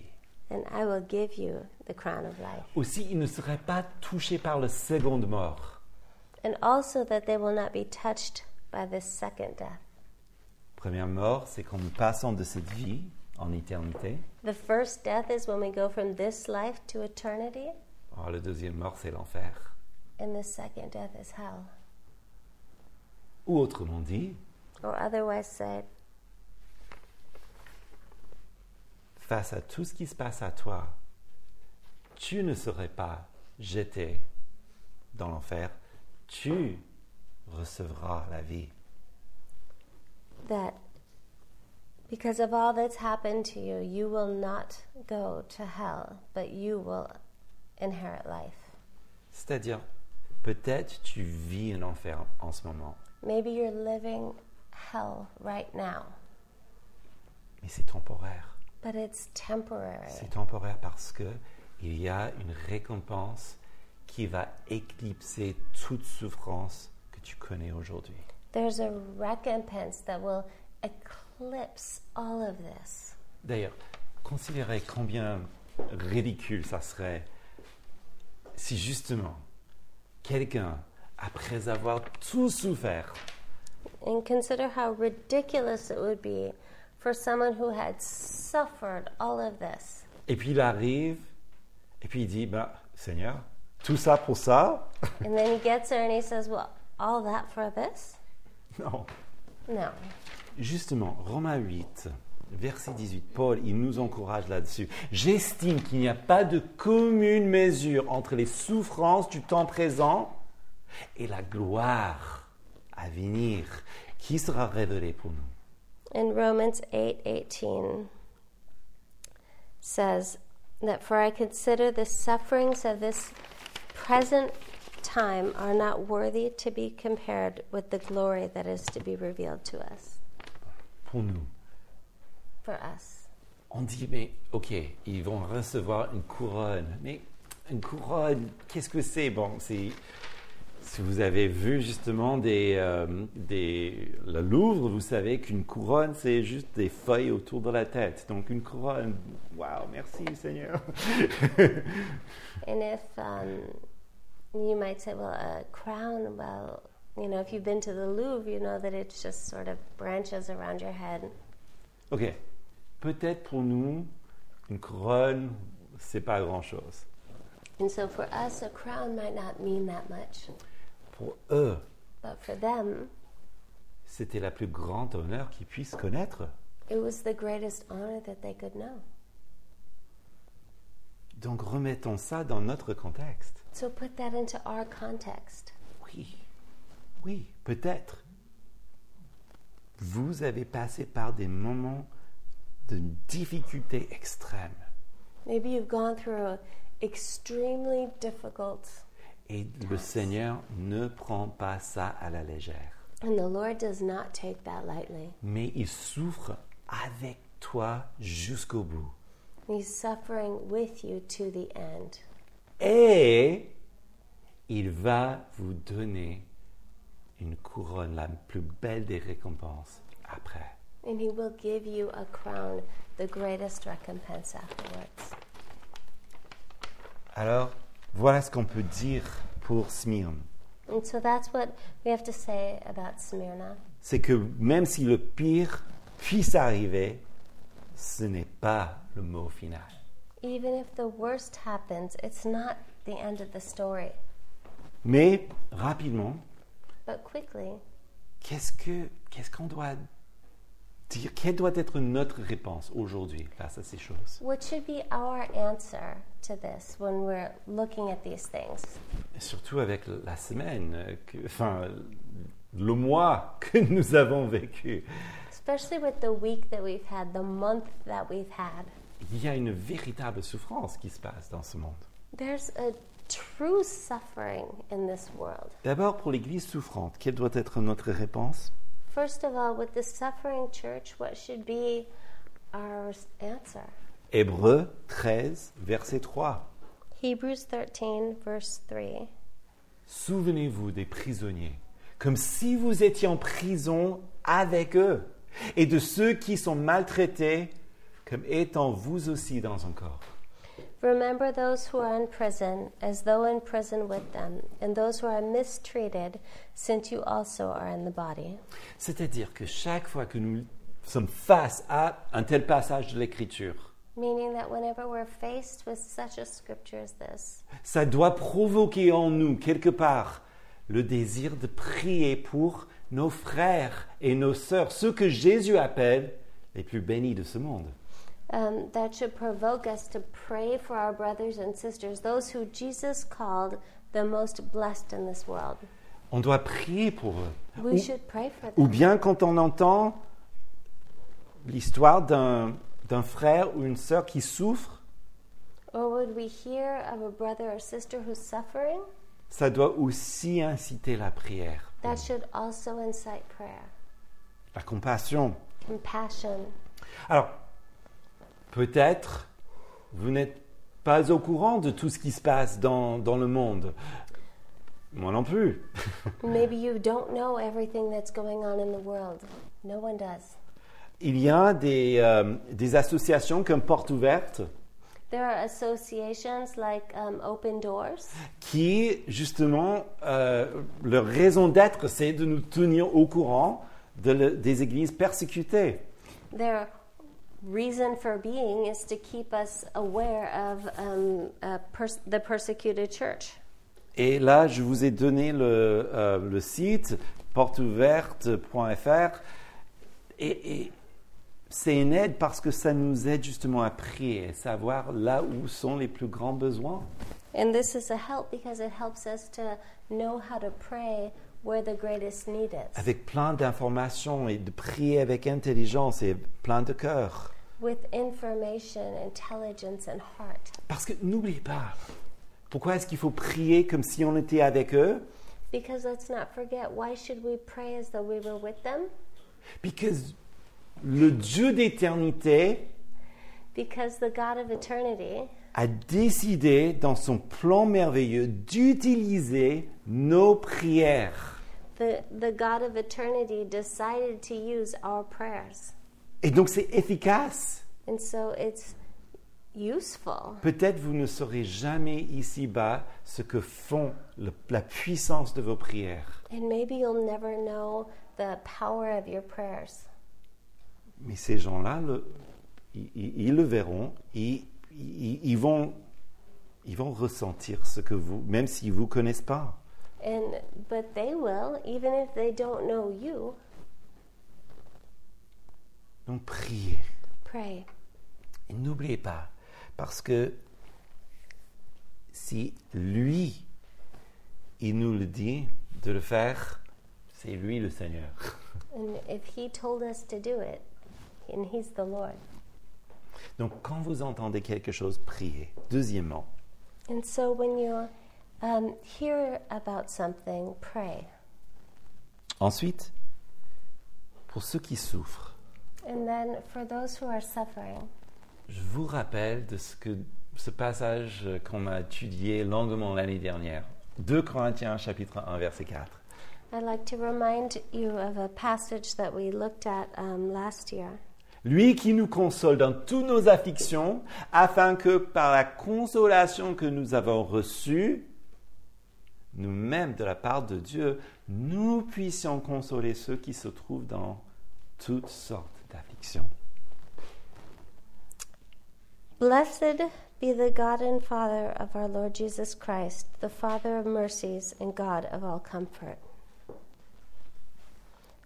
S2: And I will give you the crown of life.
S1: Aussi, il ne serait pas touché par la seconde mort.
S2: And also that they will not be touched by this second death.
S1: Première mort, c'est quand nous passons de cette vie en éternité.
S2: The first death is when we go from this life to eternity,
S1: Alors, la oh, deuxième mort, c'est l'enfer.
S2: and the second death is hell.
S1: Ou autrement dit,
S2: Or otherwise said,
S1: face à tout ce qui se passe à toi, tu ne serais pas jeté dans l'enfer, tu recevras la vie.
S2: that because of all that's happened to you, you will not go to hell, but you will inherit life.
S1: C'est-à-dire, peut-être tu vis un enfer en ce moment,
S2: Maybe you're living hell right now,
S1: mais c'est temporaire.
S2: but it's temporary.
S1: C'est temporaire parce que il y a une récompense qui va éclipser toute souffrance que tu connais aujourd'hui.
S2: There's a recompense that will eclipse all of this.
S1: D'ailleurs, considérez combien ridicule ça serait si justement quelqu'un, après avoir tout souffert,
S2: And consider how ridiculous it would be for someone who had suffered all of this.
S1: et puis il arrive, et puis il dit, ben, Seigneur, tout ça pour ça (laughs)
S2: And then he gets there and he says, Well, all that for this?
S1: Non.
S2: No.
S1: Justement, Romains 8, verset 18, Paul, il nous encourage là-dessus. J'estime qu'il n'y a pas de commune mesure entre les souffrances du temps présent et la gloire à venir qui sera révélée pour nous.
S2: In Romans 8 18 says that for I consider the sufferings of this present time are not worthy to be compared with the glory that is to be revealed to us,
S1: pour nous.
S2: for us.
S1: On dit, mais ok, ils vont recevoir une couronne. Mais une couronne, qu'est-ce que c'est Bon, c'est. Si vous avez vu justement des, euh, des, le Louvre, vous savez qu'une couronne, c'est juste des feuilles autour de la tête. Donc une couronne, waouh, merci Seigneur. (laughs)
S2: And if um, you might say, well, a crown, well, you know, if you've been to the Louvre, you know that it's just sort of branches around your head.
S1: ok, peut-être pour nous, une couronne, c'est pas grand-chose.
S2: And so for us, a crown might not mean that much,
S1: Pour eux,
S2: but for them,
S1: c'était la plus grande honneur qu'ils puissent connaître.
S2: it was the greatest honor that they could know.
S1: Donc remettons ça dans notre contexte.
S2: So put that into our context.
S1: Oui, oui, peut-être. Vous avez passé par des moments de difficulté extrême.
S2: Maybe you've gone through an extremely difficult,
S1: Et le Seigneur ne prend pas ça à la légère.
S2: and the Lord does not take that lightly.
S1: Mais il souffre avec toi jusqu'au bout.
S2: He's suffering with you to the end.
S1: Et il va vous donner une couronne, la plus belle des récompenses, après.
S2: And he will give you a crown, the greatest recompense afterwards.
S1: Alors, voilà ce qu'on peut dire pour Smyrne.
S2: And so that's what we have to say about Smyrna.
S1: c'est que même si le pire puisse arriver, ce n'est pas le mot final.
S2: Even if the worst happens, it's not the end of the story.
S1: Mais rapidement,
S2: But quickly,
S1: qu'est-ce que qu'est-ce qu'on doit dire Quelle doit être notre réponse aujourd'hui face à ces choses
S2: what should be our answer to this when we're looking at these things?
S1: Et Surtout avec la semaine, euh, que- enfin le mois que nous avons vécu.
S2: Especially with the week that we've had, the month that we've had.
S1: Il y a une véritable souffrance qui se passe dans ce monde.
S2: There's a true suffering in this world.
S1: D'abord pour l'Église souffrante, quelle doit être notre réponse
S2: First of all, with the suffering church, what should be our answer?
S1: Hébreux 13, verset 3.
S2: Hebrews 13, verse 3.
S1: Souvenez-vous des prisonniers, comme si vous étiez en prison avec eux, et de ceux qui sont maltraités, comme étant vous aussi dans un corps.
S2: Remember those who are in prison, as though in prison with them, and those who are mistreated, since you also are in the body.
S1: C'est-à-dire que chaque fois que nous sommes face à un tel passage de l'Écriture,
S2: Meaning that whenever we're faced with such a scripture as this,
S1: ça doit provoquer en nous, quelque part, le désir de prier pour nos frères et nos sœurs, ceux que Jésus appelle les plus bénis de ce monde.
S2: um, that should provoke us to pray for our brothers and sisters, those who Jesus called the most blessed in this world.
S1: On doit prier pour eux.
S2: We should pray for
S1: Ou
S2: them.
S1: bien quand on entend l'histoire d'un, d'un frère ou une sœur qui souffre,
S2: Or would we hear of a brother or sister who's suffering?
S1: ça doit aussi inciter la prière,
S2: That should also incite prayer,
S1: la compassion.
S2: compassion.
S1: Alors, peut-être vous n'êtes pas au courant de tout ce qui se passe dans, dans le monde. Moi non plus.
S2: Maybe you don't know everything that's going on in the world. No one does.
S1: Il y a des, euh, des associations comme Porte Ouverte
S2: There are associations like um, Open Doors
S1: qui, justement, euh, leur raison d'être, c'est de nous tenir au courant de le- des églises persécutées.
S2: their reason for being is to keep us aware of um, a pers- the persecuted church.
S1: Et là, je vous ai donné le, euh, le site porteouverte.fr. Et, et c'est une aide parce que ça nous aide justement à prier, savoir là où sont les plus grands besoins.
S2: And this is a help because it helps us to know how to pray where the greatest need is
S1: Avec plein d'informations et de prier avec intelligence et plein de cœur.
S2: with information, intelligence, and heart.
S1: Parce que n'oublie pas Pourquoi est-ce qu'il faut prier comme si on était avec eux?
S2: Because let's not forget, why should we pray as though we were with them?
S1: Because le Dieu d'éternité
S2: Because the God of eternity
S1: a décidé dans son plan merveilleux d'utiliser nos prières.
S2: The, the God of eternity decided to use our prayers.
S1: Et donc c'est efficace.
S2: And so it's useful.
S1: Peut-être vous ne saurez jamais ici-bas ce que font le- la puissance de vos prières.
S2: And maybe you'll never know the power of your prayers.
S1: Mais ces gens-là, le- ils, ils- ils le verront, ils, ils- ils vont, ils vont ressentir ce que vous, même s'ils ne vous connaissent pas.
S2: And but they will, even if they don't know you,
S1: Donc priez.
S2: pray.
S1: Et n'oubliez pas, parce que si lui, il nous le dit de le faire, c'est lui le Seigneur.
S2: And if he told us to do it, and he's the Lord.
S1: Donc quand vous entendez quelque chose, priez. Deuxièmement,
S2: And so when you um, hear about something, pray.
S1: ensuite, pour ceux qui souffrent,
S2: And then for those who are suffering,
S1: je vous rappelle de ce, que, ce passage euh, qu'on a étudié longuement l'année dernière. 2 Corinthiens chapitre 1 verset 4.
S2: I'd like to remind you of a passage that we looked at um, last year.
S1: Lui qui nous console dans toutes nos afflictions, afin que par la consolation que nous avons reçue, nous-mêmes de la part de Dieu, nous puissions consoler ceux qui se trouvent dans toutes sortes d'afflictions.
S2: Blessed be the God and Father of our Lord Jesus Christ, the Father of mercies and God of all comfort,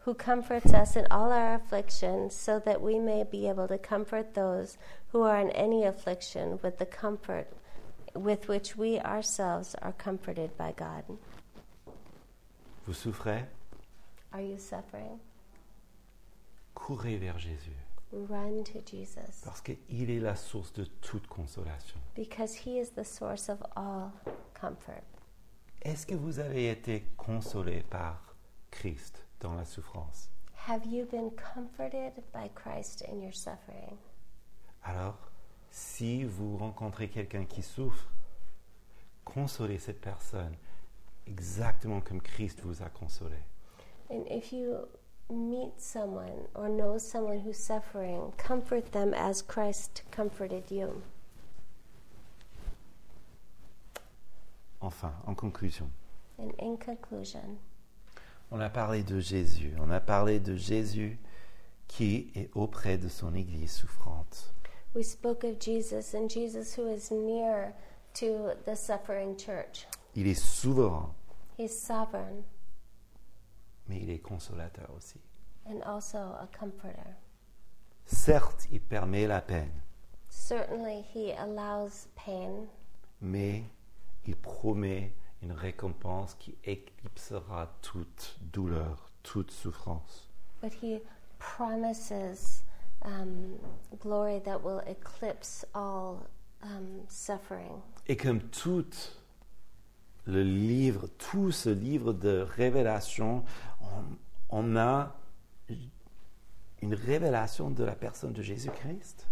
S2: who comforts us in all our affliction, so that we may be able to comfort those who are in any affliction with the comfort with which we ourselves are comforted by God.
S1: Vous souffrez
S2: Are you suffering?
S1: Courez vers Jésus,
S2: Run to Jesus
S1: parce qu'il est la source de toute consolation.
S2: because he is the source of all comfort.
S1: Est-ce que vous avez été consolé par Christ dans la souffrance
S2: Have you been comforted by Christ in your suffering?
S1: Alors, si vous rencontrez quelqu'un qui souffre, consolez cette personne exactement comme Christ vous a consolé.
S2: And if you meet someone or know someone who's suffering, comfort them as Christ comforted you.
S1: Enfin, en conclusion,
S2: And in conclusion,
S1: on a parlé de Jésus, on a parlé de Jésus qui est auprès de son Église souffrante.
S2: we spoke of Jesus and Jesus who is near to the suffering church.
S1: Il est souverain,
S2: He's sovereign
S1: mais il est consolateur aussi.
S2: and also a comforter.
S1: Certes, il permet la peine,
S2: Certainly, He allows pain,
S1: mais il promet une récompense qui éclipsera toute douleur, toute souffrance.
S2: but He promises um, glory that will eclipse all um, suffering.
S1: Et comme tout le livre, tout ce livre de révélation, on, on a une révélation de la personne de Jésus-Christ.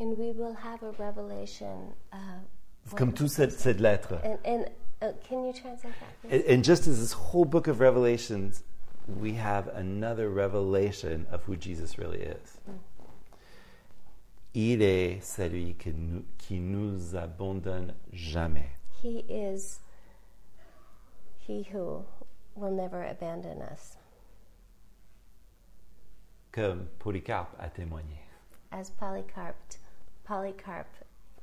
S2: And we will have a revelation. Uh,
S1: Comme toute cette, cette lettre.
S2: and and uh, can you translate that? please?
S1: And, and just as this whole book of Revelations, we have another revelation of who Jesus really is. Il est celui que nous- qui nous abandonne jamais.
S2: He is he who will never abandon us,
S1: Comme Polycarpe a témoigné.
S2: as Polycarp Polycarp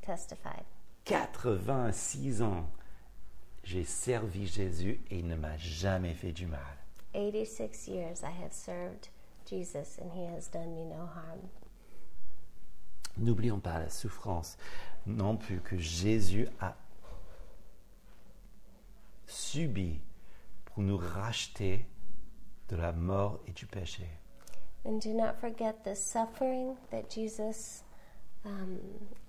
S2: testified.
S1: 86 ans, j'ai servi Jésus et il ne m'a jamais fait du mal.
S2: Eighty-six years I have served Jesus, and He has done me no harm.
S1: N'oublions pas la souffrance non plus que Jésus a subie pour nous racheter de la mort et du péché.
S2: And do not forget the suffering that Jesus um,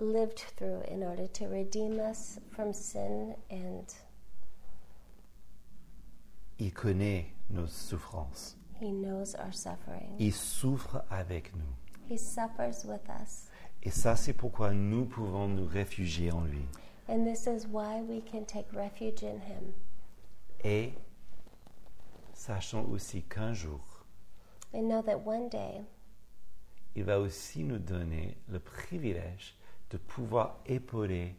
S2: lived through in order to redeem us from sin and
S1: Il connaît nos souffrances.
S2: He knows our suffering.
S1: Il souffre avec nous.
S2: He suffers with us.
S1: Et ça, c'est pourquoi nous pouvons nous réfugier en lui.
S2: And this is why we can take refuge in Him.
S1: Et sachons aussi qu'un jour,
S2: And know that one day
S1: il va aussi nous donner le privilège de pouvoir épauler,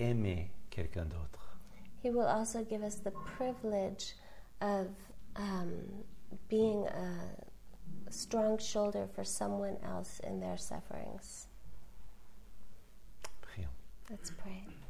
S1: aimer quelqu'un d'autre.
S2: He will also give us the privilege of um, being a strong shoulder for someone else in their sufferings.
S1: Prions.
S2: Let's pray.